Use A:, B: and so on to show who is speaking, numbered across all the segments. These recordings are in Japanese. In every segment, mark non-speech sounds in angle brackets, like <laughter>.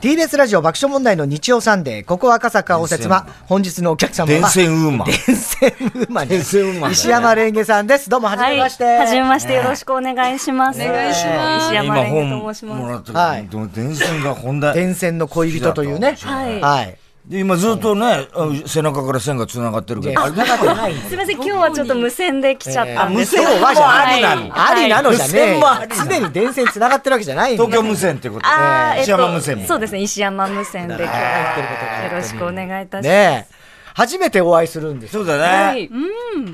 A: TBS ラジオ爆笑問題の日曜サンデー、ここ赤坂応接間、本日のお客様は、
B: 電線ウーマン。
A: 電線ウーマンで
B: 電
A: す。
B: 線ウーマンだね
A: 石山レンゲさんです。どうも、はじめまして。
C: はじめまして、よろしくお願いします。お願いします。石山
B: 今
C: 蓮
B: 本
C: 華
B: も
C: と申し
B: ら
C: ま
B: って
A: はい
B: るけど、電線が本題。
A: 電線の恋人というね。
C: す。はい。
A: はい。
B: で今ずっとね、あ背中から線が繋がってるけど、あれ
A: 長くないんです
C: いません、今日はちょっと無線で来ちゃったんです
A: 今日はじゃない
C: はい
A: ありなのじゃねえ
B: 無線
A: よ
B: もあり。
A: すでに電線繋がってるわけじゃないんだよ
B: 東京無線ってこと
C: あーえっと
B: 石山無線も。
C: そうですね、石山無線で今日はよろしくお願いいたします。
A: ねえ。初めてお会いするんですよ。
B: そうだ
C: は
B: ね。
C: い。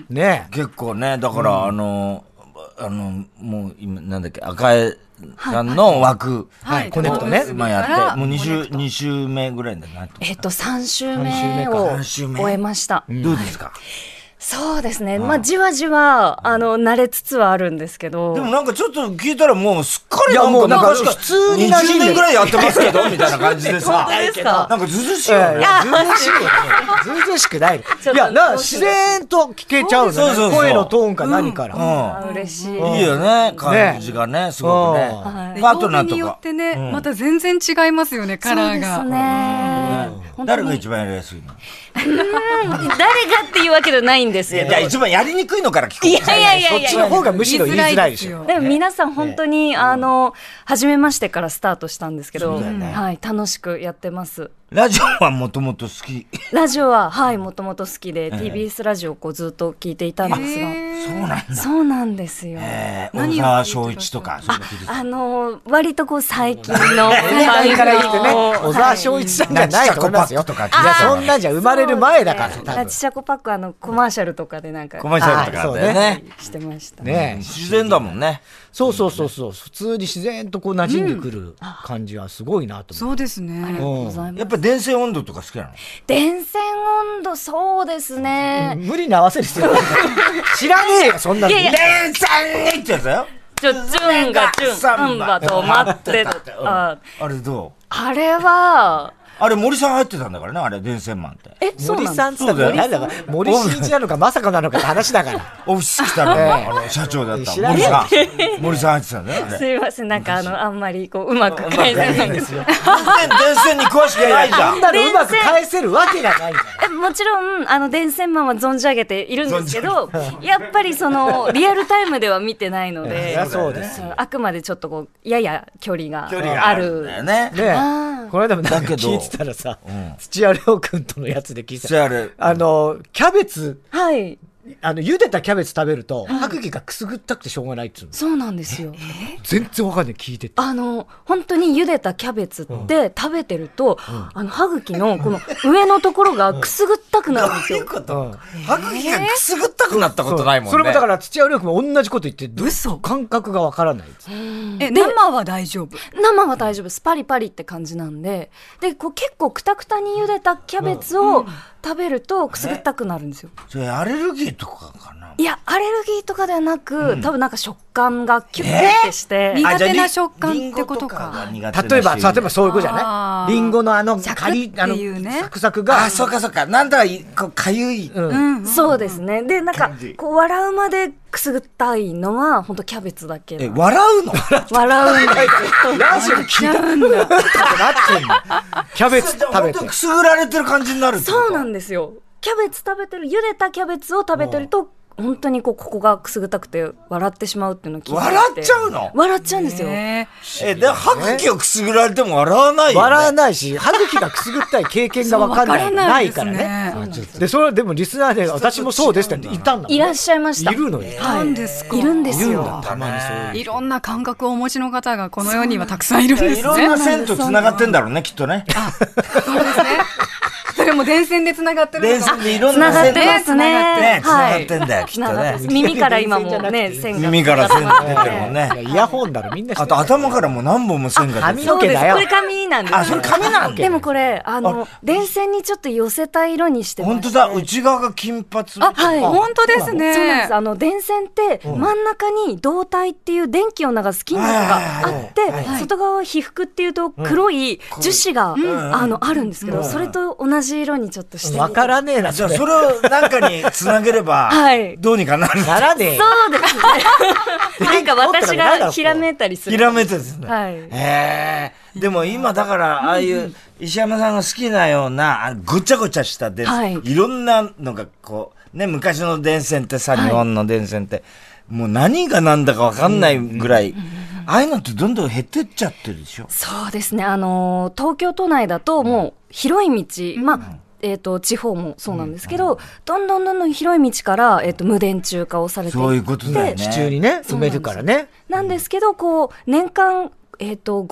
A: ねえ。
B: 結構ね、だから、あの、あの、もう今、なんだっけ、赤江さんの枠。
A: はいコネクトね
B: まあやって、もう2週、二週目ぐらいだなと。
C: えっと、3週
A: 三
C: 目
A: 週目か
C: を
B: 三週目
C: 終えました。
B: どうですか
C: そうですね。まあ、じわじわ、あの、慣れつつはあるんですけど。
B: でもなんかちょっと聞いたらもうすっかり
A: いや
B: なん
A: もう
B: か
A: なんか
B: 昔から
A: 普通に馴染んでる
B: 20年ぐらいやってますけ <laughs> どみたいな感じでさ
C: 本当ですか
B: なんかずずしいよね
A: ずうずうしいよね。ずうずうしくない。いや、な、自然と聞けちゃう
B: そう
A: の
B: そうそう
A: ね。声のトーンか何か
B: う
A: ら。
B: ん
C: あ嬉しい。
B: いいよね感じがねすごくね
A: うん
D: で
B: パートナー
D: 曜日に
B: と
D: よ
B: か
D: ってね、また全然違いますよね、カ
C: そう
D: ラー
C: で
D: が。
C: すね。本当
B: 誰
C: に
B: が一番やりやすいの
C: 誰がっていうわけじゃないんですけど。
B: 一番やりにくいのから聞
C: いやいやいやい
A: そっ
C: や
A: ちの方がむしろ言いづらいでしょ。
D: よ。
C: でも皆さん本当に、あの、初めましてからスタートしたんですけど、
B: そうだよね
C: はい、楽しくやってます。
B: ラジオはもともと好き
C: ラジオは、はい、もともと好きで、TBS ラジオをこうずっと聞いていたんですが、
B: そうなんだ
C: そうなんですよ。
B: えー小沢昭一とかそういうの聞いてた
C: あの、割とこう最近の番組を。
A: 前から言ってね、小沢
C: はい
A: 昭一さんじゃないと思いますよ。
B: ナチチャコパックと
A: い
B: か
A: や、そんなんじゃ生まれる前だから、
C: そう
A: 多
C: ラ
A: 分
C: チ。チャコパックあのコマーシャルとかでなんか
B: コマーシャルとかだよ
A: あ
B: ね
C: してました。
A: ねえ。
B: 自然だもんね
A: そうそうそうそう。普通に自然とこう馴染んでくる感じはすごいなと思
D: そうです
C: ありが
D: ね。
C: とうございます
B: やっ。ぱ電線温度とか好きなの
C: 電線温度、そうです
A: う。
C: ね。
A: 無理な合わせる必要ない。知らねえよ、そんなの。
C: いやいや
B: 電線にってやつだよ
C: ちょ、チュンがチュン、サンバと待ってと。あ
B: あれどう
C: あれは、
B: あれ森さん入ってたんだからねあれ電線マンって
C: え、そう
A: 森
C: なんです
A: さんっつったらなんだか森進一なのかまさかなのかって話だ
B: <laughs>
A: から。
B: オフィス来たの
A: ええ
B: あの社長だった
A: 知ら
B: 森
A: ね
B: さん。森さん入ってたんだよ、あれ。
C: すみません、なんかあ <laughs> の、あんまりこう、うまく返せないんですよ。
B: 電線に詳しくないじゃ
A: あん
B: ん。
A: なのうまく返せるわけがないから。
C: えもちろん、あの、電線マンは存じ上げているんですけ <laughs> ど、やっぱりその、リアルタイムでは見てないので、 <laughs>
A: そりゃそうです
C: そのあくまでちょっとこう、やや距離が
B: 距離が
C: あ
B: あるん
C: る
B: だ。よね。
A: ねえこの間もなんか
B: だけど
A: 聞いてたらさ、土屋良君とのやつで聞いて
B: じゃあ
A: た。
B: あれ、
A: あの、キャベツ、
C: はい。
A: あの、茹でたキャベツ食べると、白毛がくすぐったくてしょうがないっつうの。
C: そうなんですよ。
A: 全然わかんない、聞いてて。
C: あの、本当に茹でたキャベツって食べてると、あの、歯茎のこの上のところがくすぐったくなるんですよ。
A: うん
B: 歯茎がくすぐったくなったことないもんね。
A: それもだから土屋良君も同じこと言って、ど
D: 嘘
A: 感覚がわからないっつって
D: え、生は大丈夫。
C: 生は大丈夫ですパリパリって感じなんででこう結構くたくたに茹でたキャベツを食べるとくすぐったくなるんですよ
B: それアレルギーとかかな。
C: いやアレルギーとかではなく、多分なんか食感がキュッてし
D: え
C: て、
D: ー苦手な
B: あじゃあ
D: 食感ってことか
B: リンゴが苦手な人
A: 例えば、例えばそういうことじゃ
D: あ
A: な
D: ー
A: いリンゴのあの、
D: サク
A: カリ、あの
D: っていう、ね
A: サクサクが、
B: あ、そうかそうか。なんだか、こう、かゆい。
A: うん
D: うん。
C: そうですねでなんかこう笑うまでくすぐったいのは本当キャベツだけ
B: え、笑うの <laughs>
C: 笑うんです
A: ラジオ聞いたことなってんのキャベツ食べ
B: 本
A: て
B: 当。くすぐられてる感じになるってこと
C: そうなんですよキャベツ食べてる茹でたキャベツを食べてると本当にこうここがくすぐったくて笑ってしまうっていうのを聞いて
B: 笑っちゃうの
C: 笑っちゃうんですよ、
D: え
B: え、で、歯茎をくすぐられても笑わないよ、ね。
A: 笑わないし、歯茎がくすぐったい経験がわかんない。
D: そうわ
A: な
D: からない
A: い
D: で
A: か
D: す
A: ら
D: ね
A: ね。で、それはでもリスナーで、私もそうでしたって言ったんだもん。
C: いらっしゃいました
A: いるのよ。
C: はい
D: いるんですか
C: いるんですよ
A: たまにそういう。
D: いろんな感覚をお持ちの方がこの世にはたくさんいるんで
B: い
D: す
B: ろん
D: ね
B: な。線と繋がってんだろうね、きっとね。
D: そうですね。 <laughs> それも電線で繋がってる
B: 電
D: のか
B: 線。でいろん
C: つな
B: な
C: がっ
B: 線
C: てま
B: ね、
C: す
B: 繋
C: ね。
B: がってんだよ、きっと
C: 繋がってます
B: ね。
C: 耳から今もうね、線が。
B: 耳から線出てるもんね。
A: イヤホンだろ、みんな知っ
B: あ
A: てる
B: と頭からもう何本も線が出
A: 髪
B: てる。
A: の
C: そう
A: 毛
C: で
A: だ
C: す。
A: よ
C: これ。紙なんです。
B: あそれ紙なんだ
C: でもこれ、あの、電線にちょっと寄せた色にしてま
B: 本
C: して
B: 当だ、内側が金髪。
D: あ、
C: はい
D: 本当ですね。
C: そうなんです。あの、電線って、真ん中に導体っていう電気を流す筋肉があって、外側は被覆っていうと黒い樹脂が、あの、あるんですけど、それと同じ色にちょっとしてみて。
A: わからねえな、
B: じゃ
A: それ。
B: あそれをなんかに繋げれば
C: は、い
B: どうにかなる。
A: ならねえよ。
C: そうですね。
A: 電
C: か私がひらめいたりす
B: ひ
C: る。
B: らめいてですね。
C: はい
B: ええでも今だから、ああいう石山さんが好きなような、あごちゃごちゃした電線、
C: はい
B: い、ろんなのがこう、ね、昔の電線ってさ、
C: はい
B: 日本の電線って、もう何が何だかわかんないぐらい、ああいうのってどんどん減ってっちゃってるでしょ。
C: そうですね。あのー、東京都内だともう広い道、まあ、えっ、と、地方もそうなんですけど、どんどんどんどん広い道から、えっ、と、無電柱化をされていって
B: そういうことだよね。
A: 地中にね、埋めるからね。
C: なんですけど、こう、年間、えっ、と、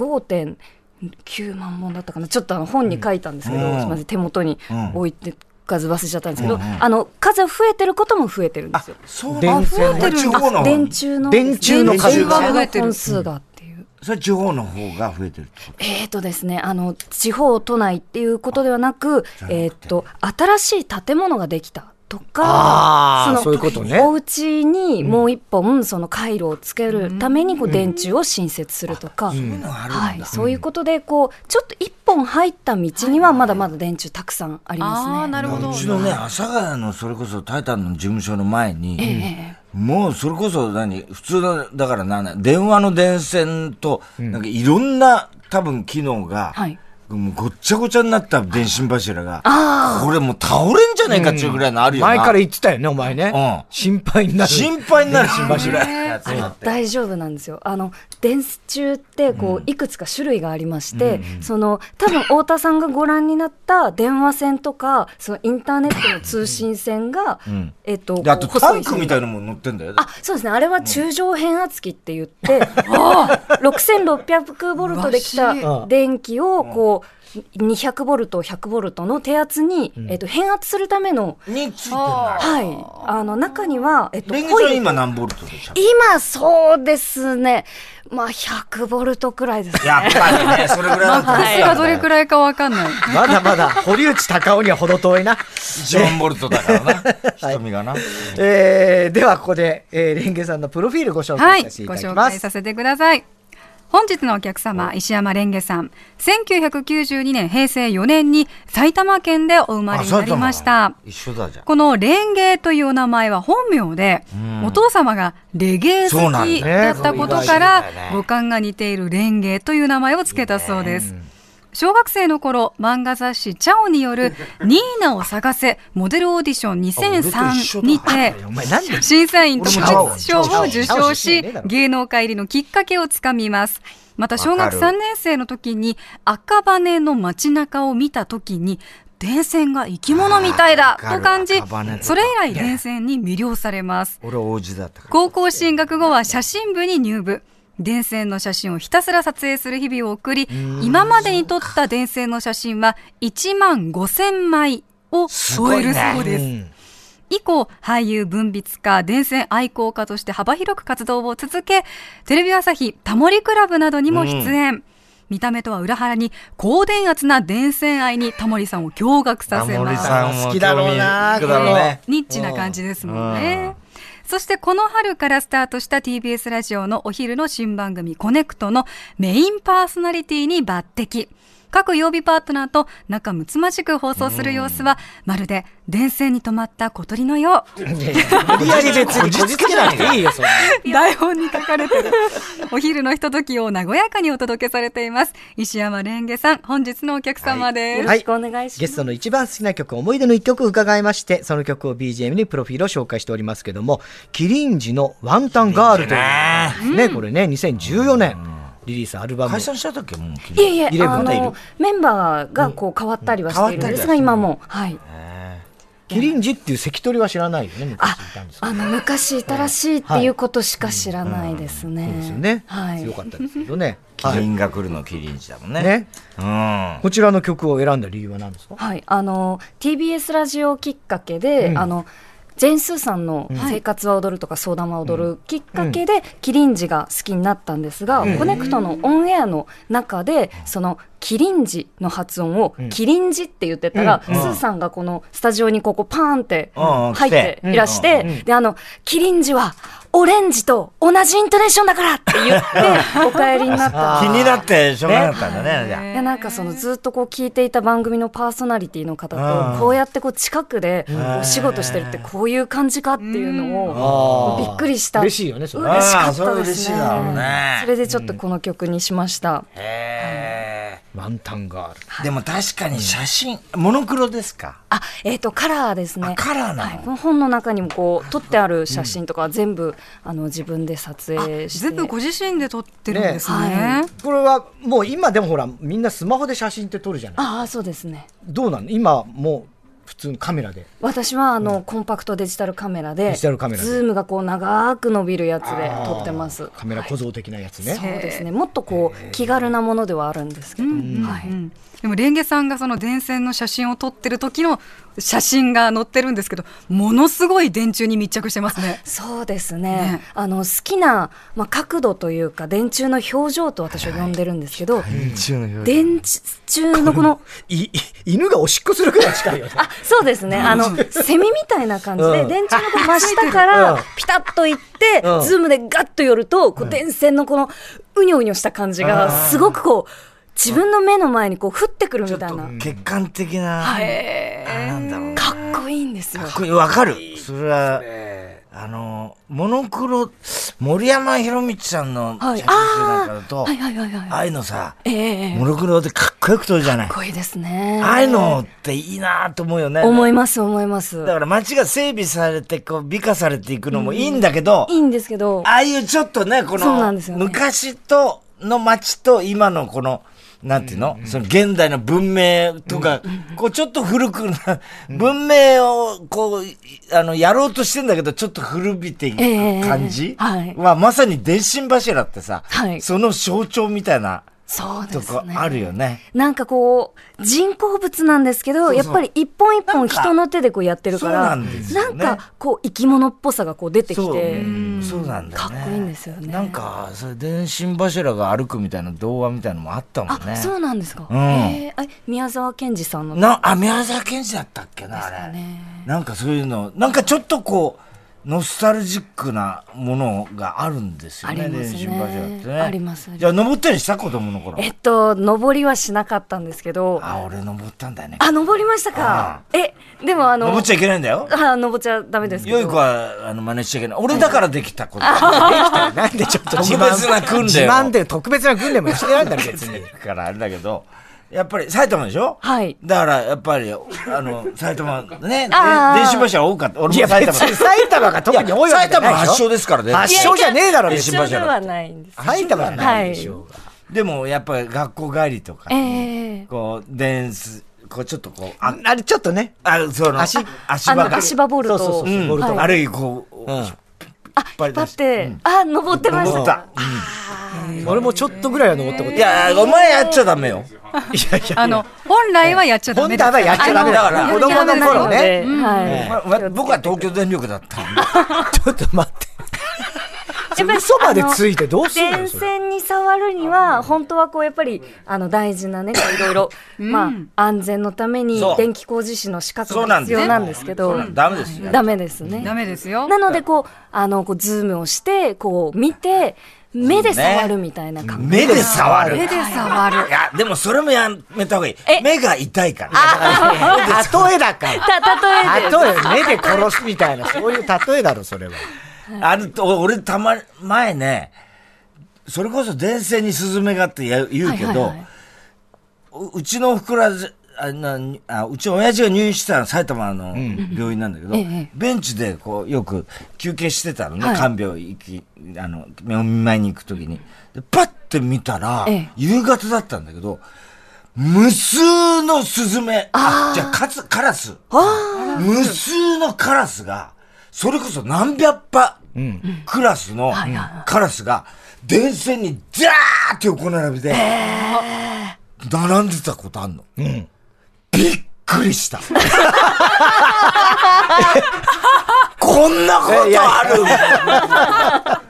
C: 5.9万本だったかな。ちょっとあの本に書いたんですけど、
B: うん
C: すみません、手元に
B: うん
C: 置いて、数忘れちゃったんですけど、あの、数は増えてることも増えてるんですよ。
B: そう
A: 電線
B: あ地方の
C: あ
B: 方
C: 電柱の。
A: 電柱の
B: 数が
C: 電柱の本数がっていう。
B: それ地方の方が増えてるってこと
C: えーとですね、あの、地方、都内っていうことではなく、えーっと、新しい建物ができたと
A: あ
C: か、
A: ー
C: の
A: そういうことね
C: お家にもう一本、その回路をつけるために、こう、電柱を新設するとか、
B: いうのがあるんだ
C: はい、そういうことで、こう、ちょっと一本入った道には、まだまだ電柱たくさんありますね。
D: ああ、なるほど。
B: うちのね、阿佐ヶ谷のそれこそタイタンの事務所の前に、もうそれこそ何、普通の、だからなん電話の電線と、なんかいろんな多分機能が、
C: はい
B: もうごっちゃごちゃになった電信柱が、
C: あ
B: これもう倒れんじゃねえかっていうぐらいのあるよな。
A: 前から言ってたよね、お前ね。
B: う
A: 心配になる。
B: 心配になる柱のやつがあって
C: 大丈夫なんですよ。あの電柱ってこういくつか種類がありまして、その多分太田さんがご覧になった電話線とかそのインターネットの通信線が、えっと
B: であと
C: こう
B: タ
C: 細い
B: ンクみたいなもの乗ってんだよ。
C: あそうですねあれは中上変圧器って
B: <laughs>
C: 言って、6600ボルトでき
D: うわ
A: し
C: た
A: い
C: 電気をこう200ボルト100ボルトの低圧に、えっと変圧するための
B: についてんだよ。
C: はいあの中にはえっと
B: レンゲ
C: コイ
B: さ
C: ル
B: ん今何ボルトでしょ
C: 今、そうですね。まあ、100ボルトくらいですね。
B: やっぱりね、それぐらいの
D: マックスがどれくらいかわかんない。
A: まだまだ、堀内隆雄には程遠いな。
B: 1万ボルトだから
C: <laughs>
B: な。瞳がな。
A: えー、ではここで、えー、レンゲさんのプロフィールご紹
D: は
A: 介
D: い、
A: させてい
D: ご
A: ただき
D: 紹
A: ま
D: 介
A: す。
D: させてください。本日のお客様、石山レンゲさん。1992年、平成4年に埼玉県でお生まれになりました。
B: 一緒だじゃん。
D: このレンゲというお名前は本名で、お父様がレゲエ
B: そう
D: 好
B: なんだ
D: き
B: ね
D: だったこと
B: そ
D: か
B: うな
D: ら
B: んだね、
D: 五感が似ているレンゲという名前を付けたそうです。小学生の頃、漫画雑誌チャオによるニーナを探せモデルオーディション
B: あ俺と一
D: 2003
B: 緒だ
D: にて、
A: お前なんで
D: 審査員特別賞を受
A: 俺も
D: 賞
A: ちゃうわちゃうわちゃうわちゃうわちゃうわちゃうわ
D: し
A: ねえだろ、
D: 芸能界入りのきっかけをつかみます。また小
B: わか
D: 学
B: る
D: 3年生の時に赤羽の街中を見た時に、電線が生き物みたいだ
B: あーわかる
D: と感じ
B: 赤羽とか、
D: それ以来電線に魅了されます。
B: 俺王子だったから。
D: 高校進学後は写真部に入部。電線の写真をひたすら撮影する日々を送り、今までに撮った電線の写真は1万5000枚を超えるそうです。以降、俳優、文筆家、伝線愛好家として幅広く活動を続け、テレビ朝日、タモリクラブなどにも出演。見た目とは裏腹に、高電圧な伝線愛にタモリさんを驚愕させます。
A: ん好きだろうな
B: 好きだろうね。
D: ニッチな感じですもんね。そしてこの春からスタートした TBS ラジオのお昼の新番組コネクトのメインパーソナリティに抜擢。各曜日パートナーと仲睦まじく放送する様子は、まるで電線に止まった小鳥のよ
A: <laughs> 無理やり別にこじつけなくていいよ、そんな。
D: う、台本に書かれてる。お昼のひとときを和やかにお届けされています。石山レンゲさん、本日のお客様です。
C: よろしくお願いし
A: ゲ
C: ます
A: ス。トの一番好きな曲、思い出の一曲伺いまして、その曲を BGM にプロフィールを紹介しておりますけども、キリンジのワンタンガールという、ね、これね、2014年、リリースアルバム
B: 解。散した時はもう切
C: い
B: り
C: えいえ、
A: イレブン
C: あ
A: まだい
C: の、メンバーがこう変わったりはしているんですが、
B: 変
C: 今も。はい。
A: キリンジっていう関取は知らないよね、昔いたんですけど。
C: あの、昔いたらしいっていうことしか知らないですね。
A: そうですよね。
C: はい
A: 強。かったですけどね。
B: キ
A: は
B: リ
A: い。
B: ンが来るのキリンジだもんね。
A: ね。
B: うん。
A: こちらの曲を選んだ理由は何ですか
C: はい、あの TBS ラジオきっかけで、あのジェーン・スーさんの「生活は踊る」とか「相談は踊る」きっかけで、キリンジが好きになったんですが、コネクトのオンエアの中でそのキリンジの発音を、キリンジって言ってたら、スーさんがこのスタジオにここパーンって入っていらして、で、あの、キリンジはオレンジと同じイントネーションだからって <laughs> 言って、お帰りになった。
B: 気になってしょうがなかったんだね、じゃあ
C: いやなんかそのずっとこう聞いていた番組のパーソナリティの方とこうやってこう近くでお仕事してるってこういう感じかっていうのを
A: うん
C: びっくりした
A: 嬉しいよねそれ
C: 嬉しかっ
E: あーそ
C: た
E: れ
C: で
E: 嬉し
C: す
E: い
C: ね
E: だろうね
C: それでちょっとこの曲にしました、
E: へ
A: ワンタンガール
E: ーでも確かに写真、モノクロですか
C: あえっ、とカラーですね
E: カラーな
C: はい、
E: の
C: この本の中にもこう撮ってある写真とかは全部、あの自分で撮影して
D: 全部ご自身で撮ってるんですね。
C: ね
A: これはもう今でもほらみんなスマホで写真って撮るじゃない
C: ああそうですね
A: どうなの今もう普通のカメラで
C: 私はあの、コンパクトデジタルカメラで
A: デジタルカメラで
C: ズームがこう長く伸びるやつで撮ってます
A: カメラ小僧的なやつね、
C: そうですね。もっとこう気軽なものではあるんですけど、は
D: う
C: い。
D: んでもレンゲさんがその電線の写真を撮ってる時の写真が載ってるんですけどものすごい電柱に密着してます
C: <laughs>
D: ね。
C: そうですね。
D: ね
C: あの好きなまあ角度というか電柱の表情と私は呼んでるんですけど、電柱のこの
A: いい犬がおしっこするくらい近い
C: <laughs>
A: よね
C: あそうですね。あのセミみたいな感じで、
A: うん
C: 電柱のこう真下か
A: うん
C: らピタッと行って、
A: うん
C: ズームでガッと寄るとこう電線のこのうにょうにょした感じがすごくこう自分の目の前にこう降ってくるみたいな。
B: 血管的な、あなんだろう
C: かっこいいんですよ。
B: これわかるそれは、あの、モノクロ、森山博道さんの写
C: はい
B: 真集なんかだと、
C: はいはいはいはい。
B: ああいうのさ、
C: ええええ
B: モノクロでかっこよく撮るじゃない
C: かっ。こいいですね。
B: ああいうのっていいなと思うよね。
C: 思います思います
B: だから街が整備されて、こう、美化されていくのもいいんだけど、
C: いいんですけど
B: ああいうちょっとね、こ
C: そうな
B: の、
C: んですよね
B: 昔と、の街と今のこの、なんていうの、その現代の文明とか、こうちょっと古くな、文明をこう、いあの、やろうとしてんだけど、ちょっと古びていく
C: ええ
B: 感じ、
C: はい
B: まさに電信柱ってさ、
C: はい
B: その象徴みたいな
C: そうで
B: と
C: す
B: こ
C: ね
B: あるよね。
C: なんかこう人工物なんですけどやっぱり一本一本人の手でこうやってるから
B: そうなんです
C: な
B: よ
C: ん
B: ね
C: かこう生き物っぽさがこう出てき
B: そう
C: て
B: そうなんだよ
C: か
B: ね。
C: っこいいんですよね
B: なんか、それ電信柱が歩くみたいな童話みたいなのもあったもんね。
C: あそうなんですか
B: ん
C: えーあ宮沢賢治さんの
B: な、あ、宮沢賢治だったっけな、あれ。なんかそういうの、なんかちょっとこう、ノスタルジックなものがあるんですよね、
C: ありますね
B: 練習場所ってね。
C: ありますあります
B: じゃあ、登ったりした子供の頃。
C: えっと登りはしなかったんですけど
B: あ、俺登ったんだよね。
C: あ登りましたかえでもあの
B: 登っちゃいけないんだよ。
C: あ登っちゃダメですけど
B: 良い子は、あの、真似しちゃいけない。俺だからできたこと。だ
A: なんでちょっと
B: 特別な訓練を
A: 自慢で特別な訓練もしてないんだろ別
B: <laughs>
A: に
B: からあれだけど、やっぱり埼玉でしょ
C: はい
B: だから、やっぱり、あの、埼玉、ね、で
C: あー
B: 練習場所は多かった。俺も
A: いや
B: 埼
A: 別
B: 玉
A: に。埼玉が特に多いわけ
B: 埼
A: じゃな
B: 玉
A: いでしょ
B: 発祥ですからね。
A: 発祥じゃねえだろ
B: 練
A: 別
B: 習
A: に
B: 場
C: 一緒
B: 所
C: で
B: だ
C: は
B: った
C: ないんです
A: 埼玉じゃないでしょうが、
B: でもやっぱり学校帰りとか、
C: ええ
B: こうデンスこうちょっとこうあ
A: あれちょっとね
B: あその
A: 足
B: 足
C: あ
B: 場
C: の
B: が
C: 足場ボルト
A: そうそうそ
C: を
A: う
B: うん
A: ボルト
B: あるいはこう、
C: あ、引っ張って、あ、登ってまし。
B: 登ったた、
A: 俺もちょっとぐらいは登ったこと
B: いやお前やっちゃダメよ、
D: あの本来はやっちゃダ
A: 本
D: メ
A: 当はやっちゃダメだか
B: あ
A: ら
B: の
A: 子供の頃ね
C: うんはい。
B: まま僕は東京電力だった
C: <laughs>
B: んで
A: ちょっと待って
C: やっぱり
A: そばでついてどうすんのよ
C: 電
A: それ
C: 線に触るには、本当はこう、やっぱり、あの、大事なね、こういろいろ、まあ、安全のために
B: そう、
C: 電気工事士の資格
B: そうな
C: が
B: んです
C: 必要なんですけど、
B: ダメですよ
C: ダメですね。
D: ダメですよ。
C: なので、こう、あの、こう、ズームをして、こう、見て、目で触るみたいな感じ。
B: 目で触る
D: 手で触る
B: い。やでもそれもやめた方がいい
C: え
B: 目が痛いから
A: 例えだから
C: た、例えで。
A: 例え目で殺すみたいなそういう例えだろそれは
B: あると、俺たま、前ね、それこそ電線にスズメがってや言うけど、
C: はいはいは
B: ううちのおふくらずあなにあ、うちの親父が入院してたの埼玉の病院なんだけど、
C: ええ
B: ベンチでこうよく休憩してたのね、
C: はい
B: 看病行き、あの、お見舞いに行くときに。でパッて見たら、
C: ええ
B: 夕方だったんだけど、無数のスズメ、あじゃあカツカラス。無数のカラスが、それこそ何百羽クラスのカラスが、電線にザーって横並びで、並んでたことあんの。びっくりした。 <laughs> こんなことある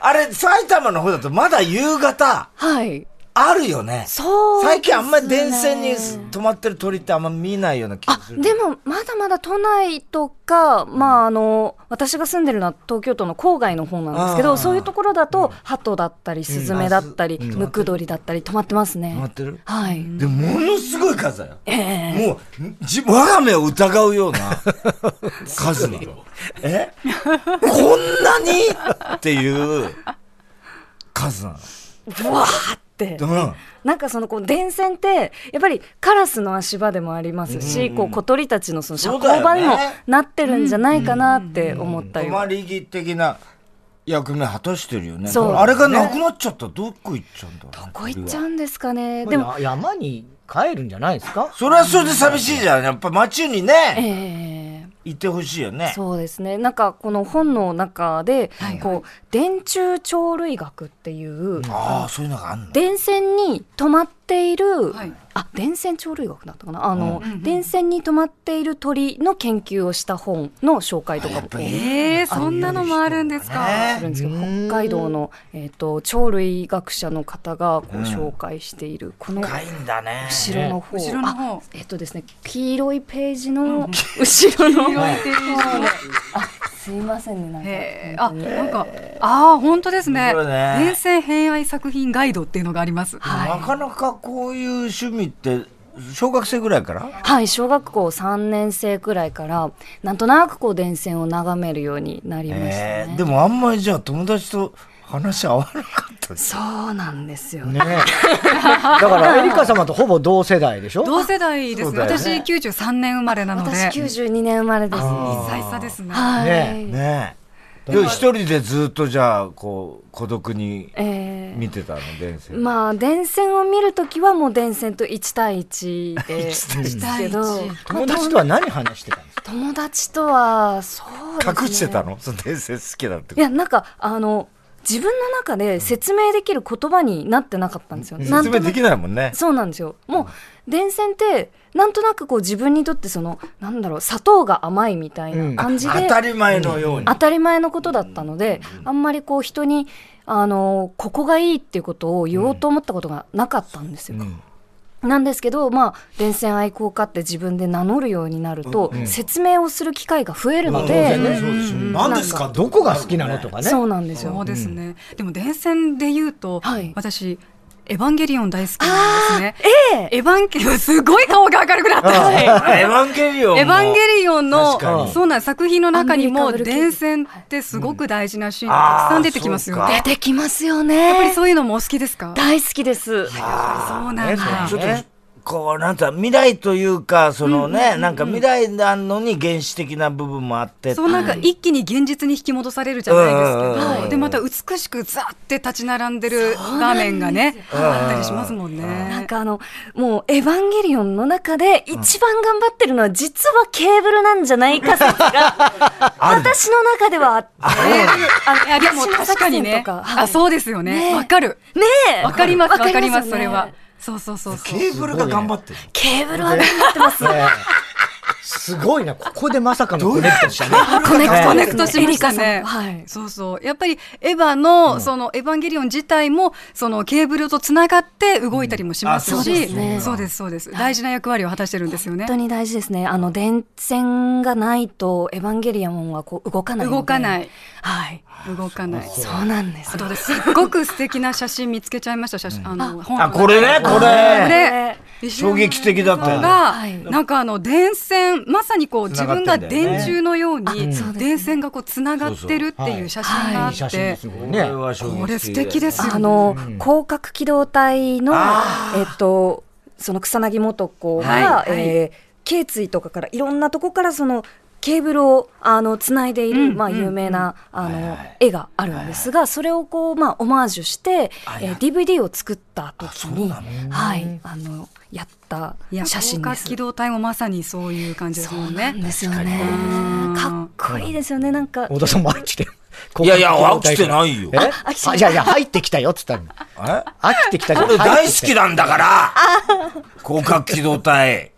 B: あれ、埼玉の方だとまだ夕方、
C: はい。
B: あるよね。
C: そうですね
B: 最近あんまり電線に止まってる鳥ってあんま見ないような気が
C: あ
B: する。
C: でもまだまだ都内とか、まあ、あの私が住んでるのは東京都の郊外の方なんですけ
B: あー
C: どそういうところだと、鳩だったりスズメだったり、ムクドリだったり止まってますね。
B: 止まってる
C: はい、
B: でものすごい数だよ。もうじ、我が目を疑うような数なの。えこんなにっていう数な
C: ブワーって。
B: の。うん。
C: なんかそのこう電線ってやっぱりカラスの足場でもありますし、こう小鳥たちのその社
B: そう
C: 交
B: だよね
C: 場にもなってるんじゃないかなって思ったり
B: 止
C: は
B: まり木的な役目果たしてるよね。
C: そう
B: あれがなくなっちゃったらどこ行っちゃうんだろうね。
C: こういっちゃうんですかね
A: で
C: でも
A: も山に帰るんじゃないですか
B: それはそれで寂しいじゃん。やっぱ街にね、
C: ええ
B: いてほしいよね。
C: そうですねなんかこの本の中で、こう電柱鳥類学っていう、
B: ああ、そういうのがあんの。
C: 電線に止まっている、
D: はい
C: あ電線鳥類学だったかなあの、電線に止まっている鳥の研究をした本の紹介とかも
D: えー、そんなのもあるんですか。
C: あるんですけど北海道の、えー、と鳥類学者の方がこう紹介している、この
B: 深いんだね。
C: 後ろの方,、
D: 後ろの方
C: あえっ、とですね黄色いページの後ろの、
D: 広いページの
C: すいませんねなんか、
D: えーあ、なんか、ああ、本当ですね。
B: 本当だね
D: 連戦偏愛作品ガイドっていうのがあります。
B: なかなかこういう趣味って、小学生ぐらいから
C: はい小学校3年生くらいからなんとなくこう電線を眺めるようになりました
B: え
C: ね、
B: ーでもあんまりじゃあ友達と話合わなかったです
C: そうなんですよね
A: ね
C: <laughs>
A: だからエリカ様とほぼ同世代でしょ
D: 同世代ですね。
B: そうだよ
D: 私93年生まれなので。
C: 私92年生まれです
D: 1歳差ですね。
C: はい、
A: ね
B: ねえ。でも一人でずっとじゃあ、こう、孤独に
C: えー
B: 見てたの、電線。
C: まあ電線を見るときはもう電線と1対1で
B: <laughs>
C: ですけど
D: 1対
A: 友達とは何話してたんですか
C: 友達とはそうですね
B: 隠してたのその伝説好きだって
C: いやなんかあの自分の中で説明できる言葉になってなかったんですよ、なん
B: 説
C: と
B: 明
C: なく
B: できないもんね
C: そうなんですよもう電線ってなんとなくこう自分にとってそのなんだろう砂糖が甘いみたいな感じ
B: 当
C: で、
B: たり前のように
C: 当たり前のことだったので、あんまりこう人にあのここがいいっていうことを言おうと思ったことがなかったんですよ。なんですけど、まあ、電線愛好家って自分で名乗るようになると、説明をする機会が増えるので、
B: 何ですか
A: どこが好きなのとかね
C: そうなんですよ。
D: そうですね。でも電線で言うと、
C: はい
D: 私、エヴァンゲリオン大好きなんですね。
C: ええ
D: エヴァンゲリオン、すごい顔が明るくなった。
B: エヴァンゲリオンも
D: エヴァンゲリオンの
B: 確かに
D: そうなんです作品の中に
C: ア
D: も
C: ンビリカブル
D: 電線ってすごく大事なシーンがたくさん出てきますよ
B: うんあー
D: ね
C: 出。てきますよ
D: やっぱり
C: ね。
D: そういうのもお好きですか
C: 大好きです。
D: そうなんだ
B: ちょ。っとこうなんつうの未来というかそのねなんか未来なのに原始的な部分もあって
D: そうなんか一気に現実に引き戻されるじゃない
B: うん
D: です
B: うん
D: けど、でまた美しくザーって立ち並んでる場面がね、あったりしますもん
C: なん
D: ね。
C: かあの、もう、エヴァンゲリオンの中で一番頑張ってるのは、実はケーブルなんじゃないか説 <laughs> が、私の中ではあって、
D: いやでも
C: 私の
D: 確かにね
C: 作戦、とかはい
D: あそうですよね。わかる。
C: ねえ
D: わかりますわかりま
C: よ
D: す
C: ね
D: それは。そうそうそうそう。
B: ケーブルが頑張ってる
C: ケーブルは頑張ってます。
A: ねすごいなここでまさかのコネクトしたね
C: コネクト。
D: コネクトしましたね。
C: はい。
D: そうそう。やっぱりエヴァの、そのエヴァンゲリオン自体も、そのケーブルとつながって動いたりもしますし、
C: ね
D: そうです、そうです。大事な役割を果たしてるんですよね
C: 本当。に大事ですね。あの、電線がないと、エヴァンゲリオンはこう動かないので。
D: 動かない。
C: はい。
D: 動かない。
C: そうなんです
D: あ。とです。すっごく素敵な写真見つけちゃいました、写真。あの、本
B: あこれねこ
D: こ
B: れ
D: れ
B: 衝撃的だったよね
D: が
C: はい
D: なんかあの電線まさにこう自
B: 繋がっ
D: 分
B: てんだよ
D: が電
B: ね
D: 柱のように
C: そうですね
D: 電線がこうつながってるっていう写真があ
A: いい写
D: っ
A: 真で
D: て
A: すごい
B: これ
A: ね
B: は衝撃的
D: これ素敵ですすよね
C: あの、広角機動隊の、えっと、その草薙素子が、
D: はいはい
C: えー頸椎とかから、いろんなとこからその、ケーブルを、あの、つないでいる、まあ、有名な、あの、絵があるんですが、それをこう、まあ、オマージュして、えー DVD を作った時に、はい、あの、やった
D: いや
C: 写真
D: 高
C: で
D: 架
C: す。
D: 機動隊もまさにそういう感じですもんね。
C: ですよね。かっこいいですよね、なんか。
A: 太田さんも飽きて
B: いやいや飽きてないよ
A: え
C: 飽きてな
A: あ
C: い
A: いやいや入ってきたよっつったの
B: え
A: 飽きてきたじゃん
B: 俺大好
A: 入って
B: きなんだから広角機動隊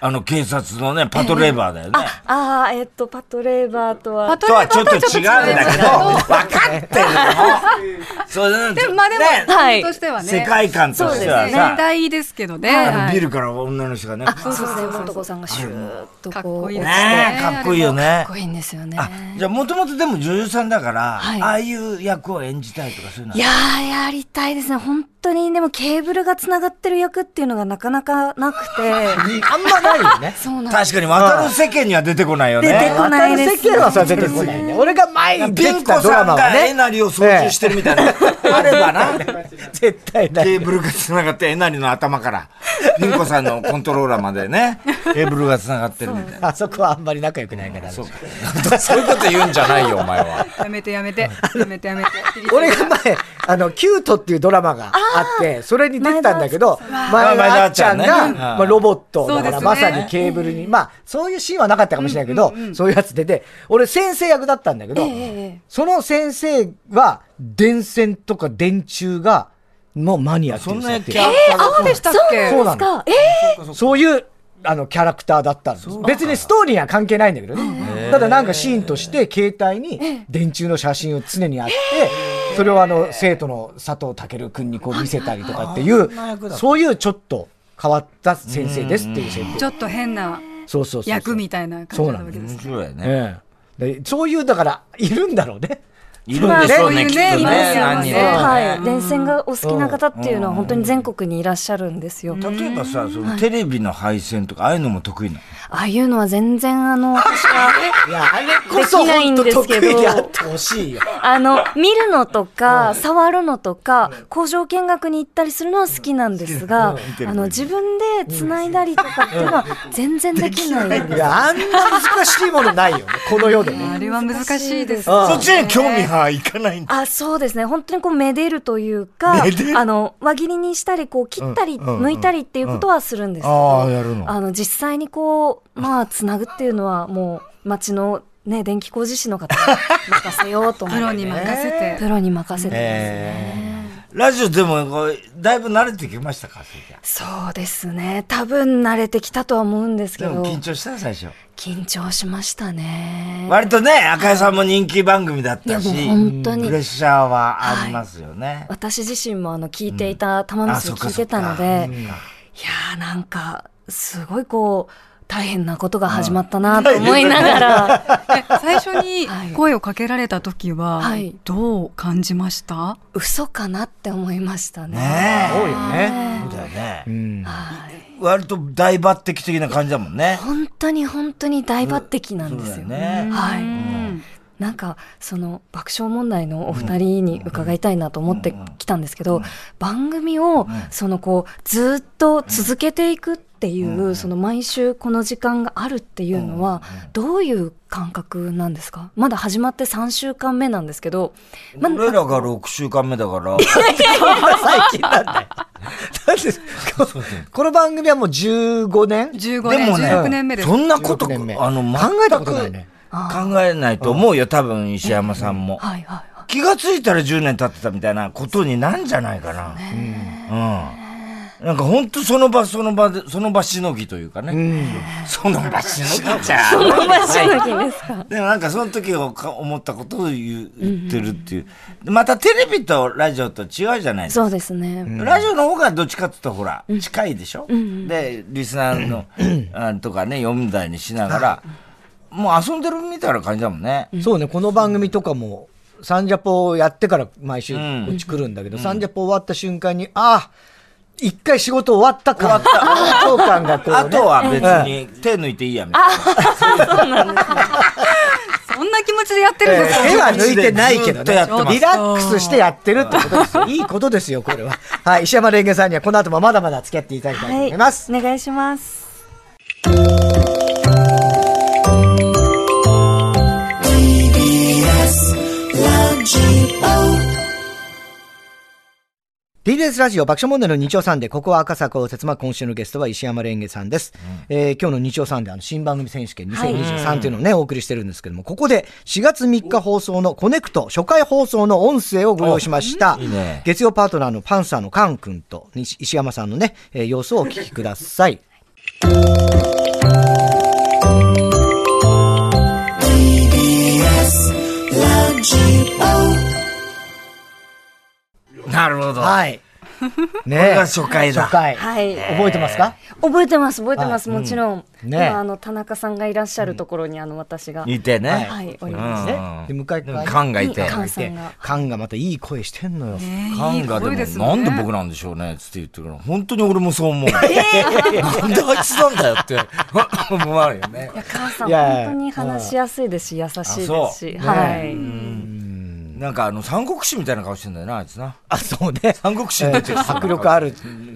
B: あの警察のねパトレーバーだよね
C: ああ、えっと、パトレーバーとは。
D: パト
B: と
D: レ
B: は
D: ーバ
B: ちょ
D: ー
B: っと
D: とは
B: 違うん
D: 違
B: だけど分かってるのそうなん
D: でも、まあでも、
B: ね
D: 自分としてはね。
B: 世界観と
D: そうで
B: し
D: す
B: て
D: ね。
B: は
D: 全
B: さ、
D: 体いいですけどね。
B: あ
D: は
B: の
D: い
B: ビルから女の人がね、
C: あ、そうですね、モトコさんがシューッと
D: かっ
C: こ
D: こ
C: う。
D: いい
C: か
D: です
B: ね
D: ね。
B: かっこいいよね
C: っ。こいいんですよね。
B: じゃあ、もともとでも女優さんだから、
C: はい
B: ああいう役を演じたいとかそういうのはい
C: やー、やりたいですね。本当に、でもケーブルが繋がってる役っていうのがなかなかなくて。
A: あんまないよね。
C: そうなんです。
B: 確かに渡る世間には出てこないよね。
C: 出てこないです
A: 渡る世間はさ、出てこないね。俺が前に
B: ピ
A: 出
B: ン
A: て
B: 子
A: たド
B: さ
A: ラ
B: ん
A: マは
B: がえ
A: ね、
B: なりを操縦してるみたいな、あればな。
A: 絶対ない。
B: ケーブルが繋がって、えなりの頭から、ピン子さんのコントローラーまでね、ケーブルが繋がってるみたいな。
A: あそこはあんまり仲良くないか
F: <laughs>
A: ら。
F: そういうこと言うんじゃないよ、お前は。
D: やめてやめて。やめて
B: <laughs>
D: やめて。
A: 俺が前、あの、キュートっていうドラマがあって、それに出てたんだけど、前田
B: 前田
A: あ
B: あ
A: っ
B: っ
A: ち
B: ち
A: ゃ
B: ゃ
A: ん
B: ん
A: が
B: ね、
A: まあ、ロボットだ
D: そう
A: か
D: です
A: ら
D: ね
A: まさにケーブルに、まあ、そういうシーンはなかったかもしれないけど、そういうやつでで、俺先生役だったんだけど
C: ええええ、
A: その先生は、電線とか電柱が、のマニアってい
B: そ
A: うん人
B: な
A: やって
B: 役者
A: る
B: だ
D: そう
B: ったの
D: でしたっけ
A: そうな
C: 確
A: の。
C: か。え
A: そういう、あの、キャラクターだったんです。別にストーリーには関係ないんだけどね。ただなんかシーンとして、携帯に電柱の写真を常にあって、それをあの、生徒の佐藤健君にこう見せたりとかっていう、そういうちょっと変わった先生ですっていう設定。
D: ちょっと変な
A: そうそうそうそう。
D: 役みたいな感じなわけです
B: 面
D: ね。
B: 白いよね。
A: ええでそういう、だから、いるんだろうね。
B: いるんでしょう
D: まあそういう
B: ね、きっと
D: ね
B: ね。
D: い
B: 何
D: ますよ
B: 人も
D: ね
B: ね。
C: はい。電線がお好きな方っていうのは本当に全国にいらっしゃるんですよ。
B: 例えばさ、そのテレビの配線とか、ああいうのも得意なの
C: ああいうのは全然あ <laughs> の、私
A: い
C: は、
A: や、あれこそ
C: できない
A: 本
C: ん
A: 当
C: です
A: 得
C: けど
A: 意であってほしいよ。
C: あの、見るのとか、触るのとか、工場見学に行ったりするのは好きなんですが、あの、自分で繋いだりとかっていうのは全然できない。
A: いや、あんな難しいものないよね。この世でね。
D: あれは難しいです。
A: うん
F: そっちに興味はいかないんだ。
C: あそうですね本当にこうめでるというか
F: めでる
C: あの輪切りにしたりこう切ったり
F: うんうん
C: 剥いたりっていうことはするんですけど、
F: ああ、やるの。
C: あの実際にこうまあつなぐっていうのはもう町のね電気工事士の方に任せようと思
D: プロ
C: っ
D: に
C: て
D: 任せ
C: プ
D: て。
C: ロに任せてますね、
B: ラジオでもこう、だいぶ慣れてきましたか、それじゃ
C: そうですね多分慣れてきたとは思うんですけ
B: で
C: ど
B: も緊張した最初。
C: 緊張しましたね
B: 割とね、赤井さんも人気番組だっ
C: いや
B: たし、
C: もう
B: プ
C: 本当に
B: レッシャーはありますよね。
C: 私自身もあの聞いていた玉
B: あ
C: 結び聞いてたので、
B: そっかそっか
C: いやーなんかすごいこう大変なことが始まったなと思いなが <laughs> ら
D: え最初
B: <laughs>
D: に
C: はい
D: 声をかけられた時は
C: はい、
D: どう感じました
C: 嘘かなって思いましたね。
B: ね
A: 多いよね。
B: え。そうだよね。
C: はい
B: 割と大抜擢的な感じだもんね。
C: 本当に本当に大抜擢なんですよ。
B: そうだよね
C: は
D: う
C: い。
D: ん
C: なんかその爆笑問題のお二人に伺いたいなと思ってきたんですけど、番組をそのこうずっと続けていくっていうその毎週この時間があるっていうのはどういう感覚なんですかまだ始まって3週間目なんですけど、ま
B: 俺らが6週間目だから、
A: 最近なんだよ。なんでここの番組はもう15年
D: 15
B: で
D: 年、
B: もね
D: 16年目です
B: そ。んなこと、
A: 16年目
B: あの、
A: 考えたことないね
B: 全く考えないと思うよ、多分、石山さんも。
C: はいはいはい。
B: 気がついたら10年経ってたみたいなことになんじゃないかな。うん。なんか本当その場その場で、その場しのぎというかね。その場しのぎじ <laughs> ゃん。その場し
C: どういう時ですか
B: でもなんかその時をか思ったことを言う言ってるっていう。またテレビとラジオと違うじゃないですか。
C: そうですね。
B: ラジオの方がどっちかって言ったらほら、近いでしょ、で、リスナーの、あとかね、読んだりにしながら、もう遊んでるみたいな感じだもんね。
A: そうね、この番組とかも、サンジャポをやってから毎週こ
B: ん
A: っち来るんだけど、サンジャポ終わった瞬間に、ああ、一回仕事終わった感。終わった。感がこう、ね。
B: あとは別に手抜いていいやみたいな。
D: そんな気持ちでやってるんです
A: 手は抜いてないけど
B: ず
A: ね
B: っとやってます
A: リラックスしてやってるってことですよ。いいことですよ、これは。はい、石山レンゲさんにはこの後もまだまだ付き合っていただきたいと
C: は
A: 思
C: い。
A: います。
C: お願いします。
A: TBS ラジオ爆笑問題の日曜サンデー、ここは赤坂を説ま、今週のゲストは石山レンゲさんです。えー今日の日曜サンデー、あの、新番組選手権2023というのをね、お送りしてるんですけども、ここで4月3日放送のコネクト初回放送の音声をご用意しました。
B: いいね
A: 月曜パートナーのパンサーのカン君と西石山さんのね、えー様子をお聞きくださ
B: <laughs>
A: い。
B: なるほど。
A: はい。ね
B: れが初回だ
A: 初回。
C: はい
A: 覚えてますか
C: 覚えてます覚えてます、もちろん、
A: ね
C: 今あの田中さんがいらっしゃるところにあの私が、
B: いてね。
C: はいおり
B: う
C: ま
B: ん
C: す
A: ね。で、向かい側に
B: カンがいて。
C: カン
A: いて
C: さんが
A: カンがまたいい声してんのよ。
B: カンがでも、なんで僕なんでしょうねっつって言ってくるの。本当に俺もそ
A: <laughs>
B: う思う。なんであいつなんだよって <laughs> 思われるよね。
C: 母さん
A: いやいや
C: 本当に話しやすいですし優しいですし、
B: あそう
C: はい、
B: なんかあの、三国志みたいな顔してんだよな、あいつな。
A: あ、そうね。
B: 三国志
A: え
B: みたい
A: ー
B: な。
A: 迫力ある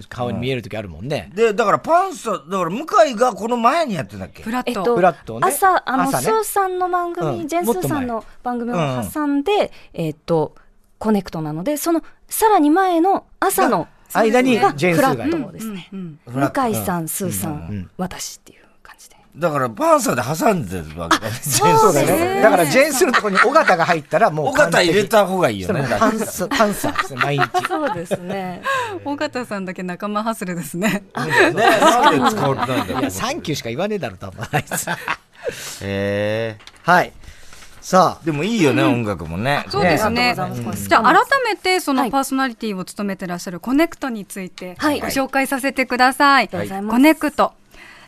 A: 顔に見える時あるもんね。
B: で、だからパンサー、だから向井がこの前にやってんだっけ
D: プラ
C: えっ
D: ッ
C: と
D: ト。
A: フラットね
C: 朝あの
A: 朝ね
C: スーさんの番組、
A: うん
C: ジェンスー
A: も
C: さん
A: っ
C: の番組を挟んで、えっとコネクトなのでそのさらに前の朝の
A: 間に
C: が
A: ジェンス
C: フラ
A: ーがい
C: ッ
A: る。
C: トですね、
D: うん
B: フラット
C: 向井さん、スーさん、私っていう感じで
B: だからパンサーで挟んでるわけだね。 <laughs>
A: そうだね。だからジェンスーのところに尾形が入ったらもう
B: 尾形入れた方がいいよ
A: 完
B: ね。
A: 璧。パンサー、パンサーですね、毎日。
C: そうですね
D: 尾形さんだけ仲間外れですね。
B: ね、なんで使われたんだ
A: い
B: ろう
A: や、サンキューしか言わねえだろ、多分あいつ。
B: へ
A: はい。さ
B: ーでもいいよね、音楽もね。
D: そうです
C: あ
D: ね。
C: りがとうございます
D: じゃあ改めてそ
C: は
D: の
C: い
D: パーソナリティを務めてらっしゃるコネクトについてご
C: はい
D: 紹介させてください。
C: りがとうございます
D: コネクト。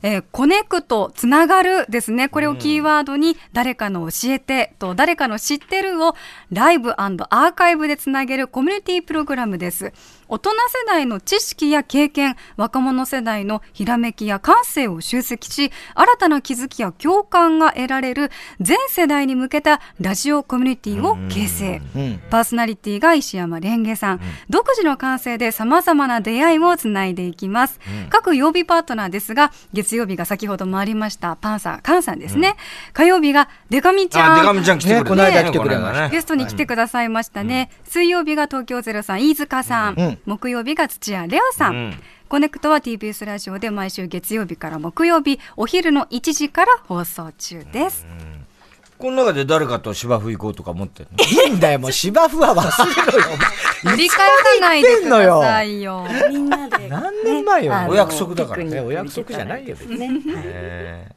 D: えーコネクト、つながるですね。これをキーワードに、誰かの教えてと誰かの知ってるをライブアーカイブでつなげるコミュニティプログラムです。大人世代の知識や経験、若者世代のひらめきや感性を集積し、新たな気づきや共感が得られる全世代に向けたラジオコミュニティを形成。パーソナリティが石山レンゲさん、独自の感性でさまざまな出会いをつないでいきます、各曜日パートナーですが月曜日が先ほどもありましたパンサーカンさんですね、火曜日がデカミちゃ
B: あ、
D: ん
B: でかみちゃん来てくれた
A: ねこの間来てくれました
D: ゲストに来てくださいましたね。水曜日が東京ゼロさん、飯塚さん。
A: ん
D: 木曜日が土屋レオさん。
B: うん
D: コネクトは TBS ラジオで毎週月曜日から木曜日、お昼の1時から放送中です。
B: この中で誰かと芝生行こうとか思ってるの
A: あ、いいんだよ、も <laughs> う芝生は忘れろよ。
D: 振り返らないでくださいよ。
C: <laughs> みんなで
A: 何年前よ
C: あの
B: お約束だからね
C: ピクニック
A: お約束じゃないよ
C: 行けたらですねはい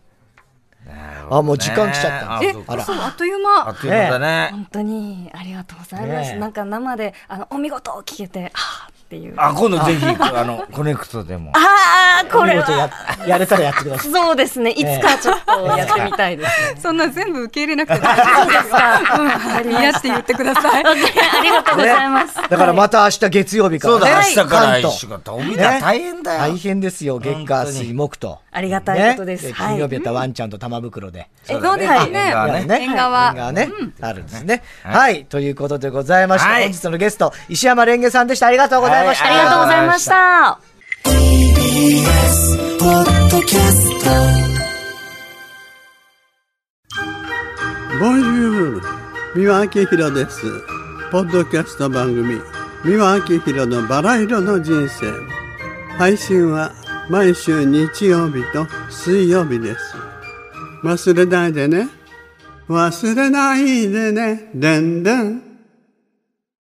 A: あ、もう時間来ちゃった。
B: ね
D: え
B: あそう、
A: あら
D: そう、あっという
B: あ
D: 間
B: っ。という間だね。
C: 本当にありがとうございます、
A: ねえ
C: なんか生であのお見事を聞けてあーっていう
B: あ、今度ぜひ、あの、コネクトでも。
C: ああこれ
A: 見事や
C: は
A: やれたらやってください。
C: そうですねいつかちょっとやってみたいですね
D: そんな全部受け入れなくて大丈夫ですか。うん、嫌って言ってください。
C: ありがとうございます。
A: だからまた明日月曜日から
B: そ
A: ね。
B: うだ、明日から
A: 関
B: 一
A: 東
B: 週間。帯だ、大変だよ。
A: 大変ですよ、月火水木と。
C: ありがたいこと
A: ね
C: です。は
A: 金
C: い
A: 曜。日やったらワンちゃんと玉袋で。
D: そうです
C: はい
D: ね。
B: は
A: や
B: い
A: るね
D: 縁側
A: 縁側ね。あるんですね。はい。ということでございまして、
B: はい
A: 本日のゲスト、石山レンゲさんでした。ありがとうございました。
C: ありがとうございました。
G: ボンジュール三輪明宏ですポッドキャスト番組三輪明宏のバラ色の人生配信は毎週日曜日と水曜日です忘れないでね忘れないでねでんでん